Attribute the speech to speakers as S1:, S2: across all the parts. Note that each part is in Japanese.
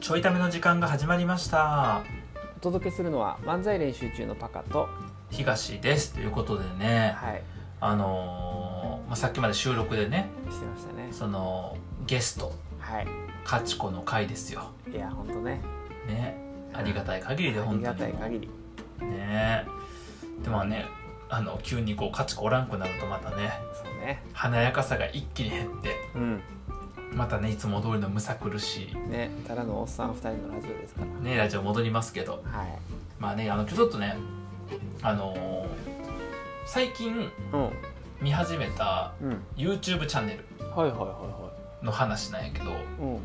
S1: ちょいための時間が始まりました
S2: お届けするのは漫才練習中のパカと、
S1: 東ですということでね
S2: はい、
S1: あのーまあ、さっきまで収録でね
S2: してましたね。
S1: そのゲスト
S2: はい、
S1: カチコの回ですよ
S2: いや、本当ね、
S1: ねありがたい限りで
S2: あ
S1: 本当
S2: りが
S1: に
S2: たい限り。
S1: ねでもねあの急にこうカチコおらんくなるとまたね
S2: そうね、
S1: 華やかさが一気に減って
S2: うん、
S1: またねいつも通りのむさ苦し
S2: ね、ただのおっさん二人のラジオですか
S1: いねラジオ戻りますけど
S2: ら。はい、
S1: まあねあの今日ちょっとねあのー最近見始めた
S2: うん、うん、
S1: YouTube チャンネル
S2: はいはいは
S1: の話なんやけど
S2: いはい。うん、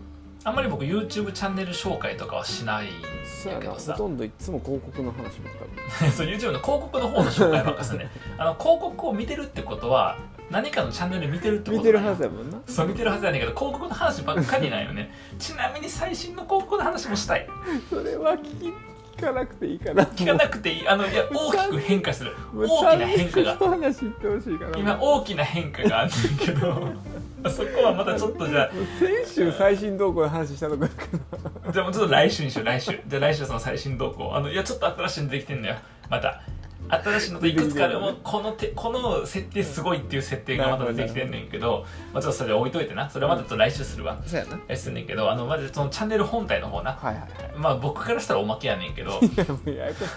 S1: あんまり僕 YouTube チャンネル紹介とかはしないん
S2: そう
S1: や
S2: や
S1: け
S2: な、
S1: ど
S2: ほ
S1: さ
S2: とんどいつも広告の話ばっかり。
S1: そう YouTube の広告の方の紹介ばっかするね あの広告を見てるってことは何かのチャンネル見てるってこと
S2: 見てる
S1: なんや
S2: はずやもんな。
S1: そう見てるはずやねんけど広告の話ばっかりなんよね ちなみに最新の広告の話もしたい
S2: それは聞き聞かなくていいかなと
S1: 聞
S2: 思
S1: か
S2: う。
S1: なくていいあのいや大きく変化する
S2: もう
S1: 大きな変化
S2: ちゃん
S1: が
S2: と話言ってほしいから。
S1: 今
S2: もう
S1: 大きな変化があるんだけ どそこはまたちょっとじゃ
S2: 先週最新動向の話したとこやから。
S1: あじゃあもうちょっと来週にしよう来週じゃあ来週その最新動向あのいやちょっと新しいのできてんだよまた新しいのといくつかでもこのてこの設定すごいっていう設定がまた出てきてんねんけど、まあ、ちょっとそれ置いといてなそれはまたちょっと来週するわ
S2: そうやな。
S1: 来週すんねんけどあのまずそのチャンネル本体の方な
S2: はいはいはい。
S1: まあ僕からしたらおまけやねんけど
S2: いやもうややこし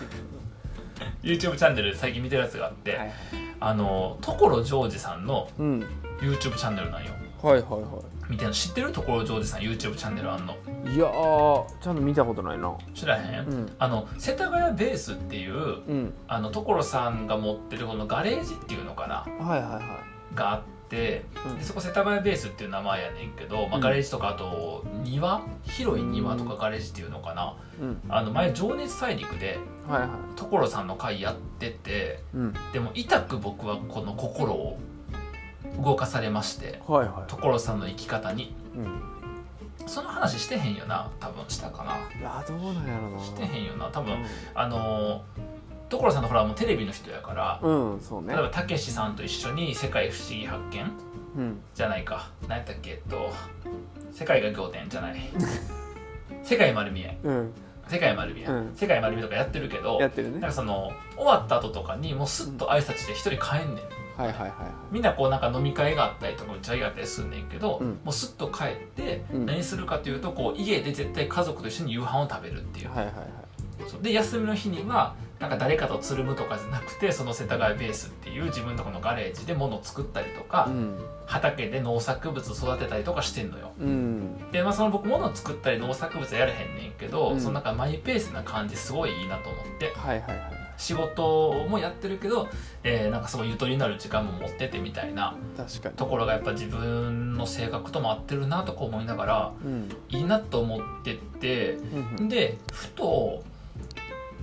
S1: YouTube チャンネルで最近見てるやつがあっ
S2: い。
S1: て、
S2: はいはい。
S1: あの所ジョージさんの
S2: うん。
S1: YouTube チャンネルなんよ
S2: はいはいは
S1: 見てんの知ってる所ジョージさん YouTube チャンネルあんの
S2: い。いやー、ちゃんと見たことないな。
S1: 知らへん、
S2: うん
S1: あの世田谷ベースっていう
S2: うん。
S1: あの所さんが持ってるこのガレージっていうのかな
S2: はいはいは
S1: があって
S2: うん
S1: でそこ世田谷ベースっていう名前やねんけど、ま
S2: う
S1: あ、
S2: ん
S1: ガレージとかあと庭広い庭とかガレージっていうのかな、
S2: い。うん。
S1: あの前「情熱大陸」で
S2: はいはい。
S1: 所さんの回やってて
S2: うん。
S1: でも痛く僕はこの心を動かされまして
S2: はいは
S1: 所さんの生き方に
S2: い。うん。
S1: その話してへんよな多分したかない
S2: やー、どうなんやろな。
S1: してへんよな多分
S2: う
S1: あのー所さんのほらもうテレビの人やから
S2: ん。うん、そうね
S1: 例え。ばたけしさんと一緒に「世界不思議発見
S2: うん。」
S1: じゃないか何やったっけえっと「世界が仰天」じゃ ない「世界丸見え
S2: うん。」
S1: 「世界丸見え」
S2: うん
S1: 世界丸見え」とかやってるけど
S2: やってる
S1: なん
S2: ね。
S1: かその終わった後とかにもうすっと挨拶で一人帰んねん
S2: はいはいはいは
S1: みんなこうなんか飲み会があったりとか打ち上げがあったりすんねんけど、
S2: うん
S1: もうすっと帰って
S2: うん
S1: 何するかというとこう家で絶対家族と一緒に夕飯を食べるってい
S2: い。
S1: う
S2: はいはいはい。
S1: そうで休みの日にはなんか誰かとつるむとかじゃなくてその世田谷ベースっていう自分のこのガレージで物を作ったりとか、
S2: うん。
S1: 畑で農作物育てたりとかしてんのよ
S2: うん。
S1: で、まあ、その僕物を作ったり農作物はやれへんねんけど、
S2: うん
S1: そのなんかマイペースな感じすごいいいなと思って
S2: はいはいはい。
S1: 仕事もやってるけど、えーなんかすごいゆとりになる時間も持っててみたいな
S2: 確かに。
S1: ところがやっぱ自分の性格とも合ってるなとか思いながら
S2: うん。
S1: いいなと思ってて
S2: うん。
S1: でふと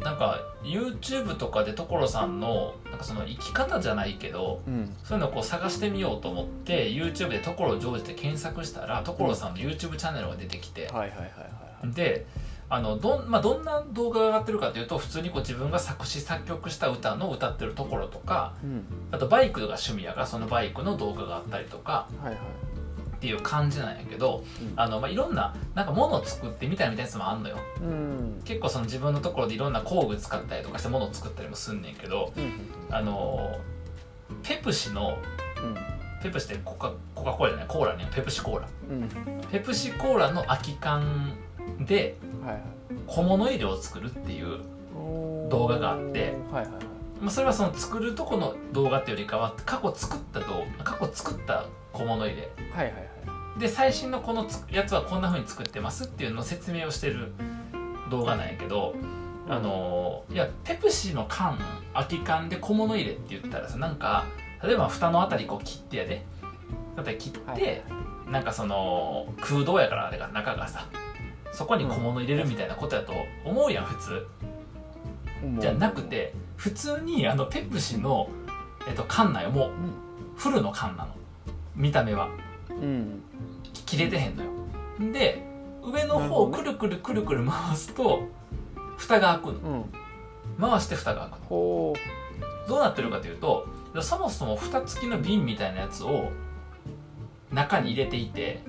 S1: なんか YouTube とかで所さんのなんかその生き方じゃないけど
S2: うん。
S1: そういうのをこう探してみようと思って YouTube で「所ジョージ」で検索したら所さんの YouTube チャンネルが出てきて
S2: はいはいはいはい。
S1: であのどん,、まあ、どんな動画が上がってるかというと普通にこう自分が作詞作曲した歌の歌ってるところとか
S2: うん。
S1: あとバイクが趣味やからそのバイクの動画があったりとか
S2: はいはい。
S1: っていう感じなんやけどあの、まあ、いろんななんか物を作ってみたいみたいなやつもあんのよ。
S2: うん。
S1: 結構その自分のところでいろんな工具使ったりとかして物を作ったりもすんねんけど
S2: うん。
S1: あのペプシのペプシってコカコカ・コーラじゃないコーラねペプシコーラ
S2: うん。うん。
S1: ペプシコーラの空き缶で
S2: はいはい。
S1: 小物入れを作るっていう、動画があって
S2: はいはいはい
S1: まあ、それはその作るとこの動画っていうよりかは過去作った動画過去作った小物入れ
S2: はいはいはい
S1: で最新のこのつやつはこんな風に作ってますっていうのを説明をしてる動画なんやけど、あのいやペプシの缶空き缶で小物入れって言ったらさなんか例えば蓋のあたりこう切ってやでだって切って、
S2: はい
S1: なんかその空洞やからあれが中がさそこに小物入れるみたいなことやと思うやん普通じゃなくて普通にあのペプシの、えっと、缶内はもう
S2: うん
S1: フルの缶なの見た目は
S2: うん
S1: 切れてへんのよで上の方を
S2: な
S1: くるくるくるくる回すと蓋が開くの
S2: うん
S1: 回して蓋が開くの
S2: ほ
S1: どうなってるかというとそもそも蓋付きの瓶みたいなやつを中に入れていて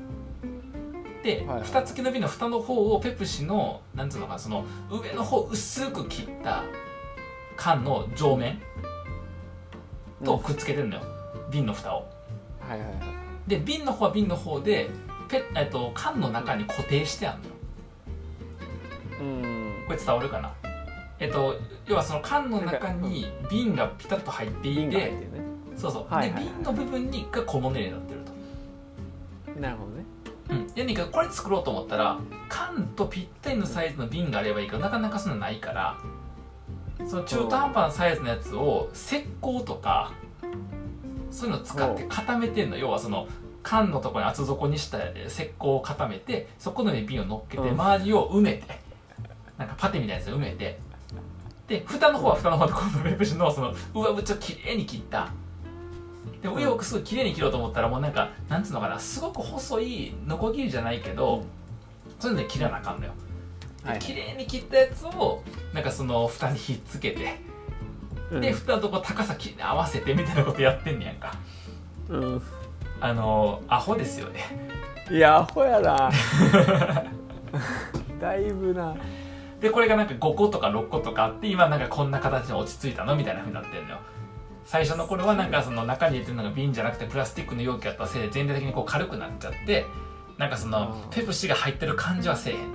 S1: で、
S2: はいはい
S1: 蓋付きの瓶の蓋の方をペプシのなんつうのかなその上の方薄く切った缶の上面とくっつけてるのよ、瓶の蓋を
S2: はいはいはい
S1: で瓶の方は瓶の方でペ、えっと、缶の中に固定してあるのよ
S2: うん
S1: これ伝わるかなえっと要はその缶の中に瓶がピタッと入ってい
S2: 瓶が入っててるね
S1: そうそう、
S2: はいはいはい
S1: で瓶の部分にが小物入れになってると
S2: なるほどね
S1: うん、でなんかこれ作ろうと思ったら缶とぴったりのサイズの瓶があればいいけどなかなかそんなないからその中途半端なサイズのやつを石膏とかそういうのを使って固めてんの要はその缶のところに厚底にした石膏を固めてそこの上に瓶を乗っけて
S2: うん
S1: 周りを埋めてなんかパテみたいなやつで埋めてで蓋の方は蓋の方で今度ペプシのその上縁をきれいに切ったで上をすごいきれいに切ろうと思ったらもうなんかなんつうのかなすごく細いノコギリじゃないけどそういうので切らなあかんのよで
S2: はい
S1: 綺麗に切ったやつをなんかその蓋にひっつけてで蓋のとこ高さきれいに合わせてみたいなことやってんねやんか
S2: うん
S1: あのーアホですよね
S2: いやアホやな だいぶな
S1: でこれがなんか5個とか6個とかあって今なんかこんな形に落ち着いたのみたいなふうになってんのよ最初の頃はなんかその中に入れてるのが瓶じゃなくてプラスチックの容器やったせいで全体的にこう軽くなっちゃってなんかその
S2: うん
S1: ペプシが入ってる感じはせえへんと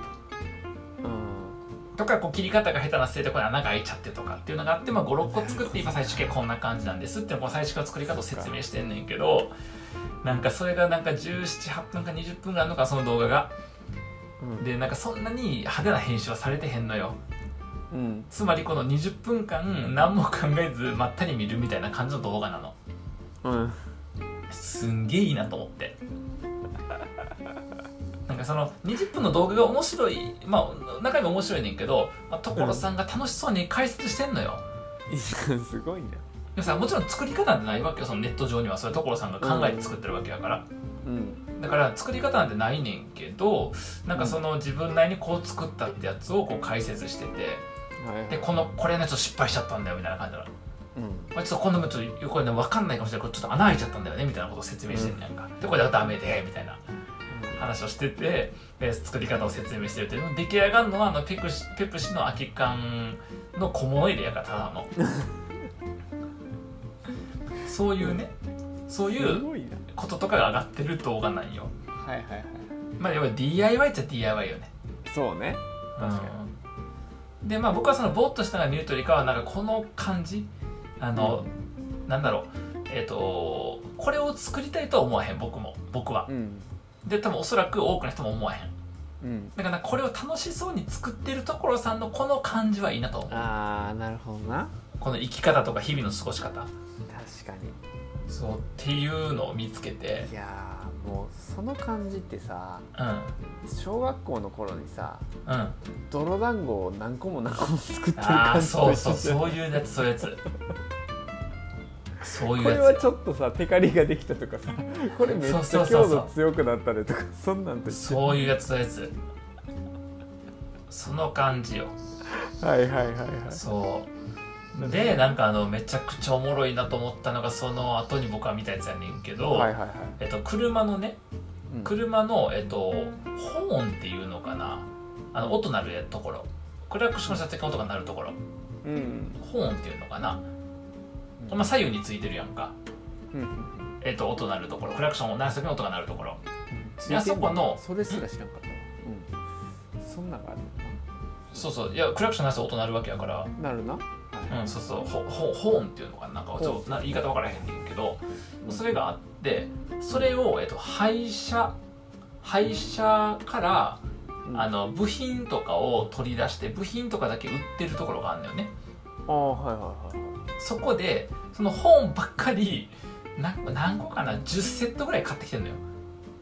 S2: うん
S1: とかこう切り方が下手なせいでこれ穴が開いちゃってとかっていうのがあって、まあ、56個作って今最終形こんな感じなんですっていうのをこう最終形の作り方を説明してんねんけどなんかそれがなんか1718分か20分ぐらいあるのかその動画が
S2: うん
S1: でなんかそんなに派手な編集はされてへんのよ
S2: うん
S1: つまりこの20分間何も考えずまったり見るみたいな感じの動画なの
S2: うん
S1: すんげえいいなと思ってなんかその20分の動画が面白いまあ中身も面白いねんけど、まあ、所さんが楽しそうに解説してんのよ、
S2: いやすごいね
S1: でもさもちろん作り方なんてないわけよそのネット上にはそれ所さんが考えて作ってるわけやから、
S2: うん
S1: だから作り方なんてないねんけどなんかその自分なりにこう作ったってやつをこう解説してて
S2: はいは
S1: で
S2: い
S1: このこれねちょっと失敗しちゃったんだよみたいな感じなの
S2: うん
S1: これちょっとこんなもちょっとこれね分かんないかもしれないこれちょっと穴開いちゃったんだよねみたいなことを説明してんねんか、でこれだとダメでみたいな話をしてて、えー作り方を説明してるという出来上がるのはあのペクシペプシの空き缶の小物入れやからただのそういうねそうい
S2: す
S1: う
S2: ごいな
S1: こととかが上がってる動画なんよ
S2: はいはいはい
S1: まあ要は DIY っちゃ DIY よね
S2: そうね確か
S1: うんでまあ僕はそのぼーっとしたのが見るというよりかはなんかこの感じあの、なんだろうえっ、とこれを作りたいとは思わへん僕も僕は
S2: にうん
S1: で多分おそらく多くの人も思わへん
S2: うん
S1: だからこれを楽しそうに作ってる所さんのこの感じはいいなと思う
S2: ああなるほどな
S1: この生き方とか日々の過ごし方
S2: 確かに
S1: そうっていうのを見つけて
S2: いやーもうその感じってさ
S1: うん
S2: 小学校の頃にさ
S1: うんあ
S2: 泥団子を何個も何個も作ってる
S1: あ
S2: 感
S1: ー
S2: じ
S1: そ
S2: と
S1: う
S2: 一
S1: そう
S2: 緒じゃん
S1: そういうやつそういうやつそうい
S2: こ
S1: う
S2: れ
S1: や
S2: は
S1: つ
S2: ちょっとさテカリができたとかさこれめっちゃ
S1: そうそうそ
S2: 強
S1: うそう
S2: 度強くなったねとかそんなんと一緒
S1: そういうやつそういうやつその感じよ
S2: はいはいはいはい
S1: そうでなんかあのめちゃくちゃおもろいなと思ったのがその後に僕は見たやつやねんけど、
S2: はいはいはい
S1: えっと、車のね
S2: うん
S1: 車の、えっと、ホーンっていうのかなあの音鳴るところクラクションした時の音が鳴るところ
S2: うん
S1: ホーンっていうのかな、
S2: うん
S1: まあ、左右についてるやんか、
S2: うんうん
S1: えっと、音鳴るところクラクションを鳴らす時の音が鳴るところ
S2: ついてんだ
S1: あそこの
S2: それすら知らんかったわうんそんなんがある
S1: そうそういやクラクション鳴らすと音鳴るわけやから
S2: なるな
S1: うんそうそうホホホーンっていうのかななんかちょっとな言い方わからへんねんけどそれがあってそれを、えっと、廃車廃車からあ
S2: の
S1: の部品とかを取り出して部品とかだけ売ってるところがあるんだよね
S2: ああはいはいはいはい
S1: そこでその本ばっかりな何個かな10セットぐらい買ってきてるのよ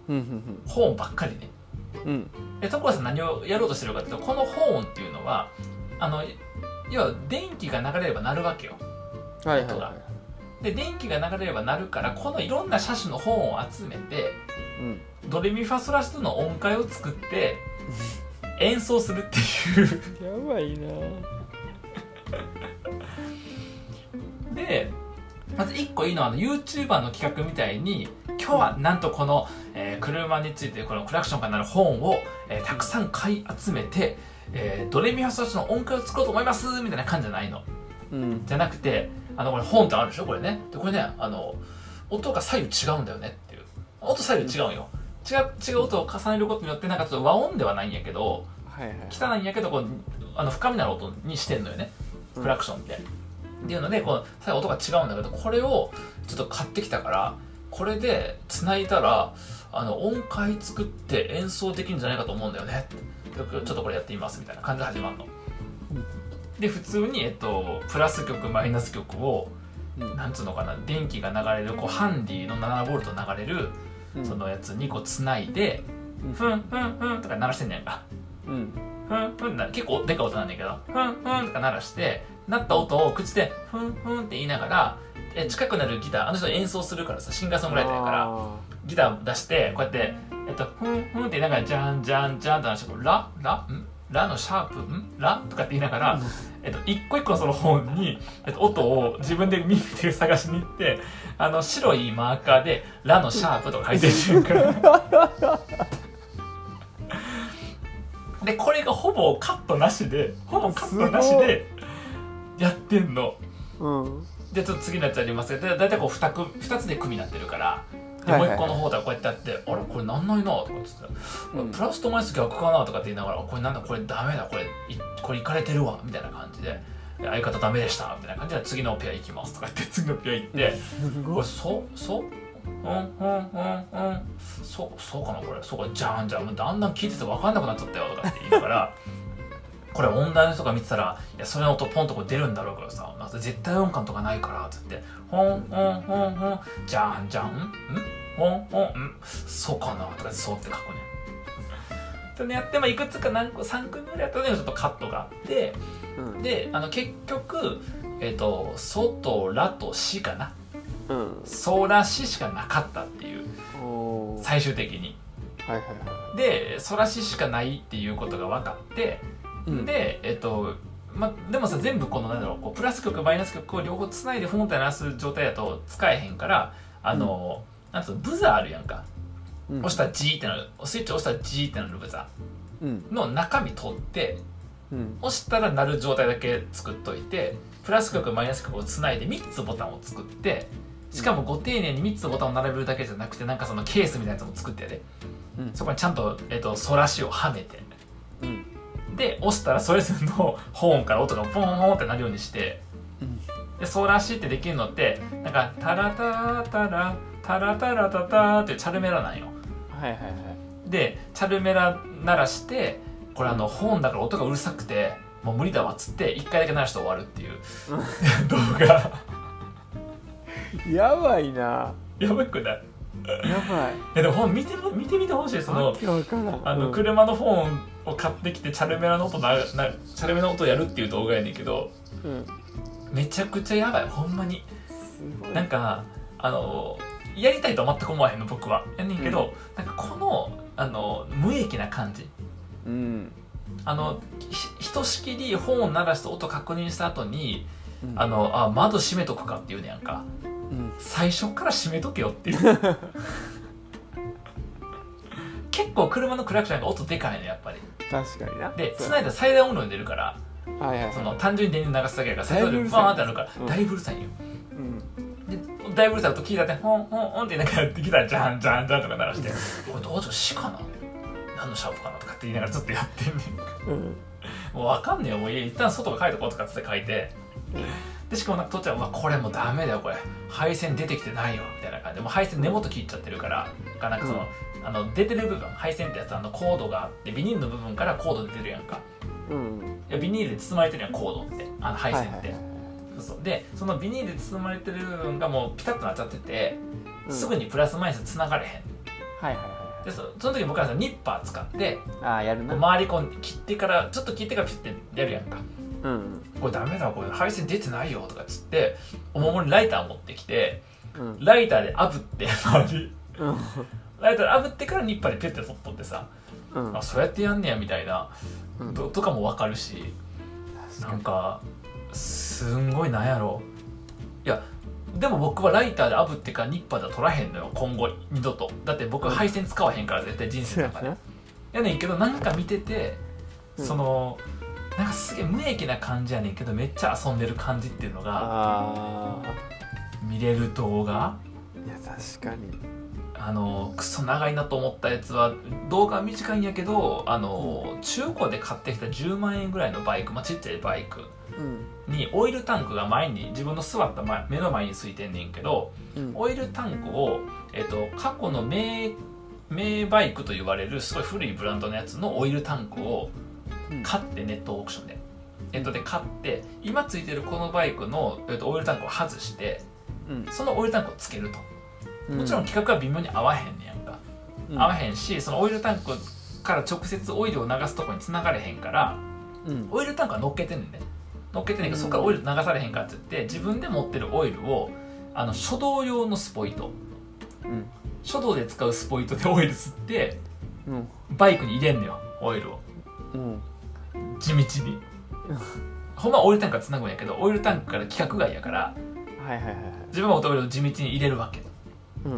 S2: うん
S1: 本ばっかりね
S2: うんうん
S1: で所さん何をやろうとしてるかっていうとこの本っていうのはあの要は電気が流れれば鳴るわけよ
S2: はいはいはい
S1: で電気が流れれば鳴るからこのいろんな車種の本を集めて
S2: うん
S1: ドレミファソラシドの音階を作って演奏するっていう
S2: やばいな
S1: でまず1個いいのはあの YouTuber の企画みたいに今日はなんとこの、えー車についてこのクラクションからなる本を、えーたくさん買い集めて、えードレミファソラシドの音階を作ろうと思いますみたいな感じじゃないの
S2: うん
S1: じゃなくてあのこれ本ってあるでしょこれねでこれねあの音が左右違うんだよねっていう音左右違うよ違う違う音を重ねることによってなんかちょっと和音ではないんやけど
S2: はいはい
S1: 汚いんやけどこうあの深みのある音にしてんのよね
S2: うん
S1: クラクションって。っていうのでこう最後音が違うんだけどこれをちょっと買ってきたからこれで繋いだらあの音階作って演奏できるんじゃないかと思うんだよねでちょっとこれやってみますみたいな感じで始まるの
S2: うん。
S1: で普通に、えっと、プラス曲マイナス曲を
S2: うん
S1: なんつうのかな電気が流れるこうハンディの7ボルト流れる
S2: うん
S1: そのやつ2個繋いで
S2: うん
S1: ふんふんふんとか鳴らしてんねやんか。
S2: うん
S1: ふんふんな結構でかい音なんだけどふんふんとか鳴らして鳴った音を口でふんふんって言いながらえ近くなるギターあの人演奏するからさシンガーソングライターやから
S2: あ
S1: ギター出してこうやって、えっと、ふんふんって言いながらじゃんじゃんじゃんって鳴らしてララんラのシャープんラとかって言いながら、えっと、一個一個のその本に、えっと、音を自分で見て探しに行ってあの白いマーカーで「ラのシャープ」とか書いてる瞬間でこれがほぼカットなしでほぼカットなしでやってんの
S2: ーうん
S1: でちょっと次のやつありますけどだいたいこう 2, 組2つで組になってるからで
S2: はい
S1: も
S2: は
S1: う
S2: いは
S1: 一
S2: い
S1: 個の方ではこうやってやって「あれこれなんないな」とかっつって
S2: うん
S1: プラスとマイナス逆かなとかって言いながら「これなんだこれダメだこれいこれいかれてるわ」みたいな感じで「相方ダメでした」みたいな感じで「次のペア行きます」とかって次のペア行って
S2: す
S1: こ
S2: ご
S1: れ
S2: い
S1: そうそううんうんうんうんそうそうかなこれそうかじゃんじゃんもうだんだん聞いてて分かんなくなっちゃったよとかって言うからこれ音大の人が見てたらいやそれの音ポンとこう出るんだろうからさなんか絶対音感とかないからっつって「ほんほんほんほんじゃんじゃんんんほんほんんそうかな」とかそうって書くね。でねやってもいくつか何個3組ぐらいやったのにちょっとカットがあって
S2: うん
S1: であの結局えっ、と「ソ」と「ラ」と「シ」かな
S2: うん
S1: ソーラシしかなかったっていう
S2: おー
S1: 最終的に
S2: はいはいは
S1: でソラシしかないっていうことが分かって
S2: いうん
S1: でえっとま、でもさ全部このなんだろうこうプラス曲マイナス曲を両方つないで本体鳴らす状態だと使えへんからあの、なんつうのブザーあるやんか
S2: うん
S1: 押したらジーってなるスイッチ押したらジーってなるブザ
S2: うん
S1: ーの中身取って
S2: うん
S1: 押したら鳴る状態だけ作っといてプラス曲マイナス曲をつないで3つボタンを作ってしかもご丁寧に3つボタンを並べるだけじゃなくてなんかそのケースみたいなやつも作ってやで
S2: うん
S1: そこにちゃんと、えっとソラシをはめて
S2: うん
S1: で押したらそれぞれのホーンから音がポンポンってなるようにして
S2: うん
S1: でソラシってできるのってなんかタラタラタラタラタラタターっていうチャルメラなんよ
S2: はいはいはい
S1: でチャルメラ鳴らしてこれあのホーンだから音がうるさくてもう無理だわっつって1回だけ鳴らして終わる っていう動画
S2: やばいな
S1: やばくない
S2: やばい
S1: えでもほん見ても見てみてほしいそ
S2: わ
S1: の
S2: けわからん
S1: あの
S2: うん
S1: 車のフォンを買ってきてチャルメラの音ななチャルメラの音やるっていう動画やねんけど
S2: うん
S1: めちゃくちゃやばいほんまに
S2: すごい
S1: なんかあのやりたいとは全く思わへんの僕はやねんけど、なんかこのあの無益な感じ
S2: うん
S1: あのひひとしきり本を鳴らして音確認した後に
S2: うん
S1: あのあ窓閉めとくかって言うねやんか
S2: うん
S1: 最初から閉めとけよっていう 結構車のクラクションが音でかいのやっぱり
S2: 確かにな
S1: で
S2: そう
S1: 繋いだら最大音量に出るから
S2: はいはい
S1: そ
S2: は
S1: の単純に電流流すだけやから最大音量にバーンってなるからだ
S2: だ
S1: いぶうるさいよ
S2: いうん
S1: でだいぶうるさい音聞いたってホンホンホンってなんかやってきたらジャンジャンジャンとか鳴らして「これどうしよう死かな何のシャープかな?」とかって言いながらずっとやってんねん
S2: うん
S1: もうわかんねえよもういい一旦外が書いとこうとかっつって書いてでしかもなんかとっちゃんはこれもうダメだよこれ配線出てきてないよみたいな感じでもう配線根元切っちゃってるからかなんかその,、あの出てる部分配線ってやつあのコードがあってビニールの部分からコード出てるやんか
S2: うん
S1: いやビニールで包まれてるやんコードってあの配線って、
S2: はいはいはい
S1: そうそうでそのビニールで包まれてる部分がもうピタッとなっちゃってて、
S2: うん
S1: すぐにプラスマイナス繋がれへん
S2: はいはいは
S1: でそその時僕らさニッパー使って
S2: いああやるな
S1: 周りこう切ってからちょっと切ってからピュッてやるやんか
S2: うん
S1: これダメだこれ配線出てないよとかっつっておもむろにライター持ってきて
S2: うん
S1: ライターで炙って周り
S2: うん
S1: ライターで炙ってからニッパーでピュッて取っとってさ、
S2: うん
S1: あそうやってやんねやみたいな、
S2: うん
S1: ととかもわかるしな
S2: 確か
S1: ん
S2: に
S1: かすんごいなんやろいやでも僕はライターで炙ってからニッパーでは取らへんのよ今後二度とだって僕は配線使わへんから絶対人生の
S2: そうや
S1: 中で
S2: な
S1: やねんけどなんか見ててそのなんかすげえ無益な感じやねんけどめっちゃ遊んでる感じっていうのが
S2: ああ
S1: 見れる動画
S2: いや確かに
S1: あのクソ長いなと思ったやつは動画は短いんやけどあの、中古で買ってきた10万円ぐらいのバイク、まあ、ちっちゃいバイク
S2: うん
S1: にオイルタンクが前に自分の座った前目の前についてんねんけど
S2: うん
S1: オイルタンクを、えっと、過去の名名バイクと言われるすごい古いブランドのやつのオイルタンクを
S2: うん
S1: 買ってネットオークションで。ネットで買って今ついてるこのバイクの、えっと、オイルタンクを外して
S2: う
S1: そのオイルタンクをつけると
S2: ん
S1: もちろん企画は微妙に合わへんねやんか、
S2: うん
S1: 合わへんしそのオイルタンクから直接オイルを流すとこに繋がれへんから
S2: うん
S1: オイルタンクは乗っけてんねんね乗っけてんねんけどそこからオイル流されへんからって言って自分で持ってるオイルをあの書道用のスポイト
S2: うん
S1: 書道で使うスポイトでオイル吸って
S2: うん
S1: バイクに入れんのよオイルを
S2: うん
S1: 地道にほんまはオイルタンクは繋ぐんやけどオイルタンクから規格外やから
S2: はいはいはいはい
S1: 自分は持ってるオイルを地道に入れるわけ
S2: う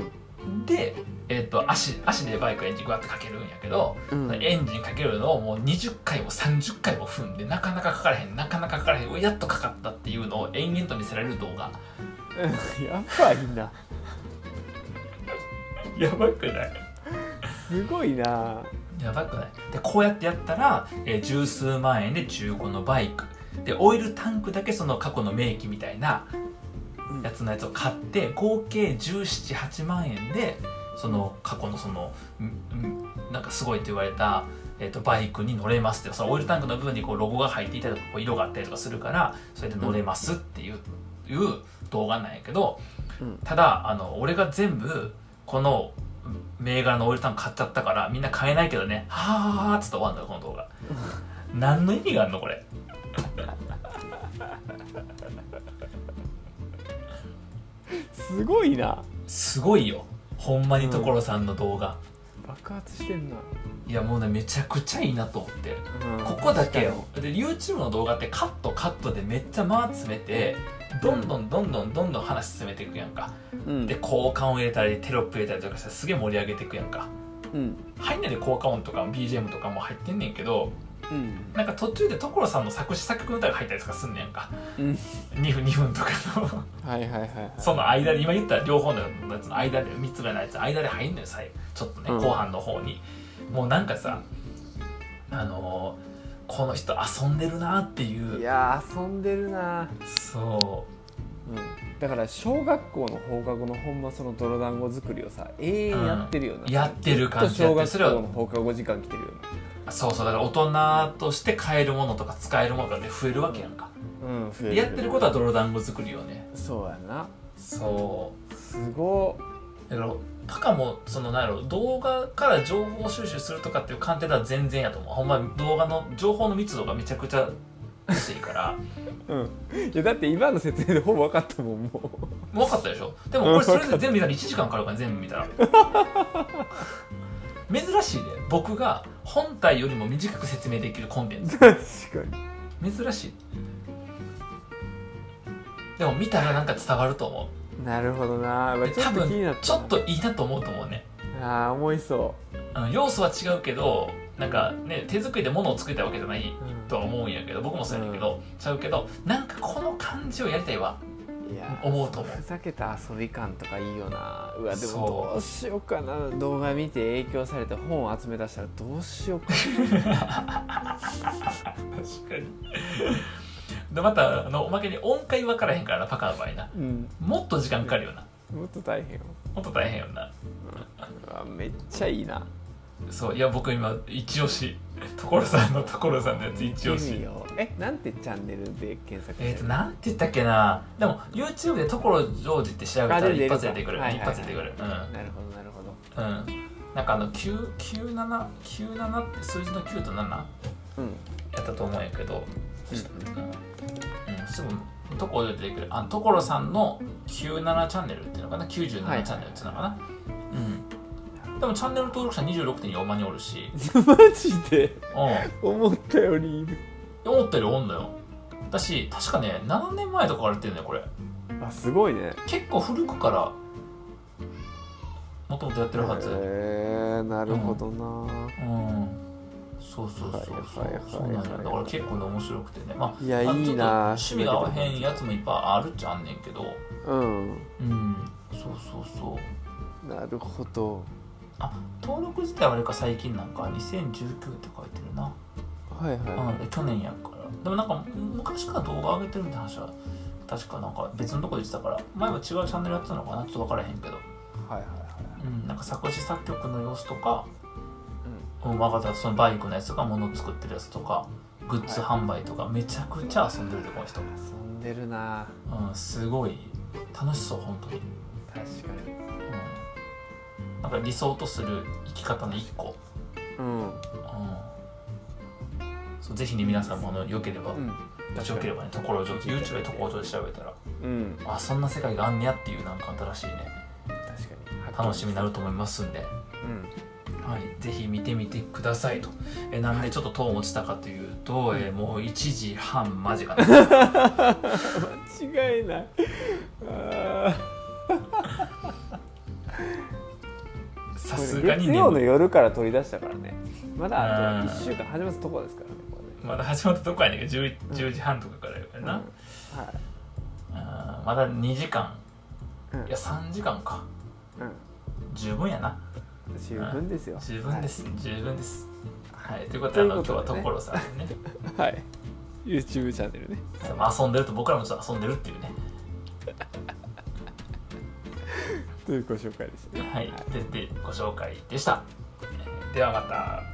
S2: ん
S1: で、えっと足足でバイクエンジングワッてかけるんやけど
S2: うん
S1: エンジンかけるのをもう20回も30回も踏んでなかなかかからへんなかなかかからへんやっとかかったっていうのを延々と見せられる動画
S2: うんやばいな
S1: やばくない
S2: すごいな
S1: やばくないでこうやってやったら、えー十数万円で中古のバイクでオイルタンクだけその過去の名機みたいな
S2: うん
S1: やつのやつを買って合計1718万円でその過去のそのんんなんかすごいと言われた、えっとバイクに乗れますってそのオイルタンクの部分にこうロゴが入っていたりとかこう色があったりとかするからそれで乗れますっていう,、いう動画なんやけど
S2: うん
S1: ただあの俺が全部この銘柄のオイルタンク買っちゃったからみんな買えないけどねはあはあはあっつって終わんだよこの動画何の意味があるのこれ
S2: すごいな
S1: すごいよほんまに所さんの動画、
S2: 爆発してんない
S1: やもうねめちゃくちゃいいなと思って
S2: うん
S1: ここだけよで YouTube の動画ってカットカットでめっちゃ間詰めてどんどんどんどんどんどん話進めていくやんか
S2: うん
S1: で効果音入れたりテロップ入れたりとかしてすげえ盛り上げていくやんか
S2: うん
S1: 入んないで効果音とか BGM とかも入ってんねんけど
S2: うん
S1: なんか途中で所さんの作詞作曲の歌が入ったりとかすんねやんか
S2: うん
S1: 2分2分とかの
S2: はいはいはいはい
S1: その間で今言った両方のやつの間で3つぐらいのやつ間で入んのよ最後ちょっとね
S2: うん
S1: 後半の方に、もうなんかさあのーこの人遊んでるなっていう
S2: いやー遊んでるな
S1: そ
S2: うんだから小学校の放課後のほんまその泥団子作りをさ永遠やってるよな、
S1: うやってる感じ
S2: ずっ
S1: や
S2: と
S1: ってるそ
S2: 小
S1: れ
S2: 学校の
S1: は
S2: 放課後時間来てるよ
S1: そうそうだから大人として買えるものとか使えるものがね増えるわけやんか、
S2: なうん増え
S1: で
S2: る
S1: やってることは泥団子作りよね
S2: そうやな
S1: そ
S2: すご
S1: うだからパカもそのなんやろ動画から情報収集するとかっていう観点では全然やと思うほんま動画の情報の密度がめちゃくちゃ薄いから
S2: うんいやだって今の説明でほぼ分かったもんも
S1: もう分かったでしょでもこれそれで全部見たら1時間かかるから全部見たら 珍しいで僕が本体よりも短く説明できるコンテンツ
S2: う確かに
S1: 珍しいでも見たらなんか伝わると思
S2: なるほどなうわ
S1: う
S2: ちょ
S1: 多
S2: っと気にな
S1: 分
S2: った
S1: ちょっといいなと思うと思うね
S2: ああ思いそ、
S1: あの要素は違うけどなんかね手作りで物を作りたいわけじゃないう
S2: うん
S1: とは思うんやけど僕もそうやねんけど、ちゃうけどなんかこの感じをやりたいわ
S2: いや
S1: 思うと思う
S2: ふざけた遊び感とかいいよなうわで
S1: そう
S2: もどうしようかな動画見て影響されて本を集め出したらどうしようか
S1: 確かに でまたあのおまけに音階分からへんからなパカの場合な
S2: な、うん、
S1: もっと時間かかるよな
S2: もっと大変よ
S1: もっと大変よな
S2: うわめっちゃいいな
S1: そういや僕今一押し所さんの所さんのやつ一押し
S2: 見てみようえなんてチャンネルで検索
S1: えー、
S2: し
S1: と
S2: てる
S1: なんて言ったっけなでも YouTube で「所ジョージ」って調べた
S2: あ
S1: ら
S2: 出る
S1: 一発で出てくる、
S2: 出るはいはい
S1: 一発で出てくる
S2: なるほどなるほ
S1: う
S2: ど
S1: んうんなんかあの9 97 97って数字の9と7や
S2: うん
S1: ったと思うんやけど、
S2: うん
S1: うんうん、すぐ所ジョージ出てくるあ所さんの97チャンネルっていうのかな97チ
S2: はいはい
S1: ャンネルっていうのかな、うんでもチャンネル登録者26.4万人おるし、
S2: マジで
S1: うん、
S2: 思ったよりいる
S1: 思ったよりおんのよだし確かね7年前とかからやってるねこれ
S2: あやすごいね
S1: 結構古くからもともとやってるはず、
S2: へえなるほどな、
S1: うんそうそうそうそう、
S2: はいはいはいはい
S1: そうなんやだから結構ね面白くてねまあ
S2: いや
S1: あ
S2: い
S1: ちょっと
S2: いな
S1: 趣味が合わへんやつもいっぱいあるっちゃあんねんけど
S2: うん
S1: うんそうそうそう
S2: なるほど
S1: あ登録自体はあれか最近なんか2019って書いてるな、
S2: はいはい、
S1: うんで去年やからでもなんか昔から動画上げてるみたいな話は確かなんか別のとこで言ってたから前は違うチャンネルやってたのかなちょっと分からへんけど
S2: はいはいはい
S1: うんなんか作詞作曲の様子とか、うん、分かったそのバイクのやつとか物作ってるやつとかグッズ販売とかめちゃくちゃ遊んでるでこの人、
S2: 遊んでるな
S1: うん、すごい楽しそう本当に、
S2: 確かに
S1: うん、なんか理想とする生き方の一個
S2: うん
S1: うんそうぜひね皆さんもあのよければ、もしよければねところ上 YouTube でところ上で調べたら
S2: うん
S1: あそんな世界があんねやっていうなんか新しいね
S2: 確かに
S1: 楽しみになると思いますんで、
S2: うん
S1: はい、ぜひ見てみてくださいとえなんでちょっと遠落ちたかというと、えーもう1時半間 近なんです
S2: 間違いないあ
S1: さす
S2: ーこ
S1: が
S2: れ
S1: に
S2: 月曜の
S1: 眠い
S2: 夜から取り出したからねまだ
S1: う
S2: あ
S1: ん
S2: と1週間始まるとこですからねこれね
S1: まだ始まったとこやねんけど 10, 10時半とかからやからな、
S2: うんはい
S1: あーまだ2時間
S2: うん
S1: いや3時間か
S2: うん
S1: 十分やな
S2: 十分ですよ
S1: 十分です、十分ですはいということ
S2: と
S1: で
S2: い
S1: あ
S2: う
S1: の
S2: こ
S1: 今日
S2: と
S1: は
S2: でね
S1: 所さんにね
S2: はい YouTube チャンネルね
S1: まあ遊んでると僕らもちょっと遊んでるっていうね
S2: というご紹介でしたね
S1: はいででご紹介でしたえーではまた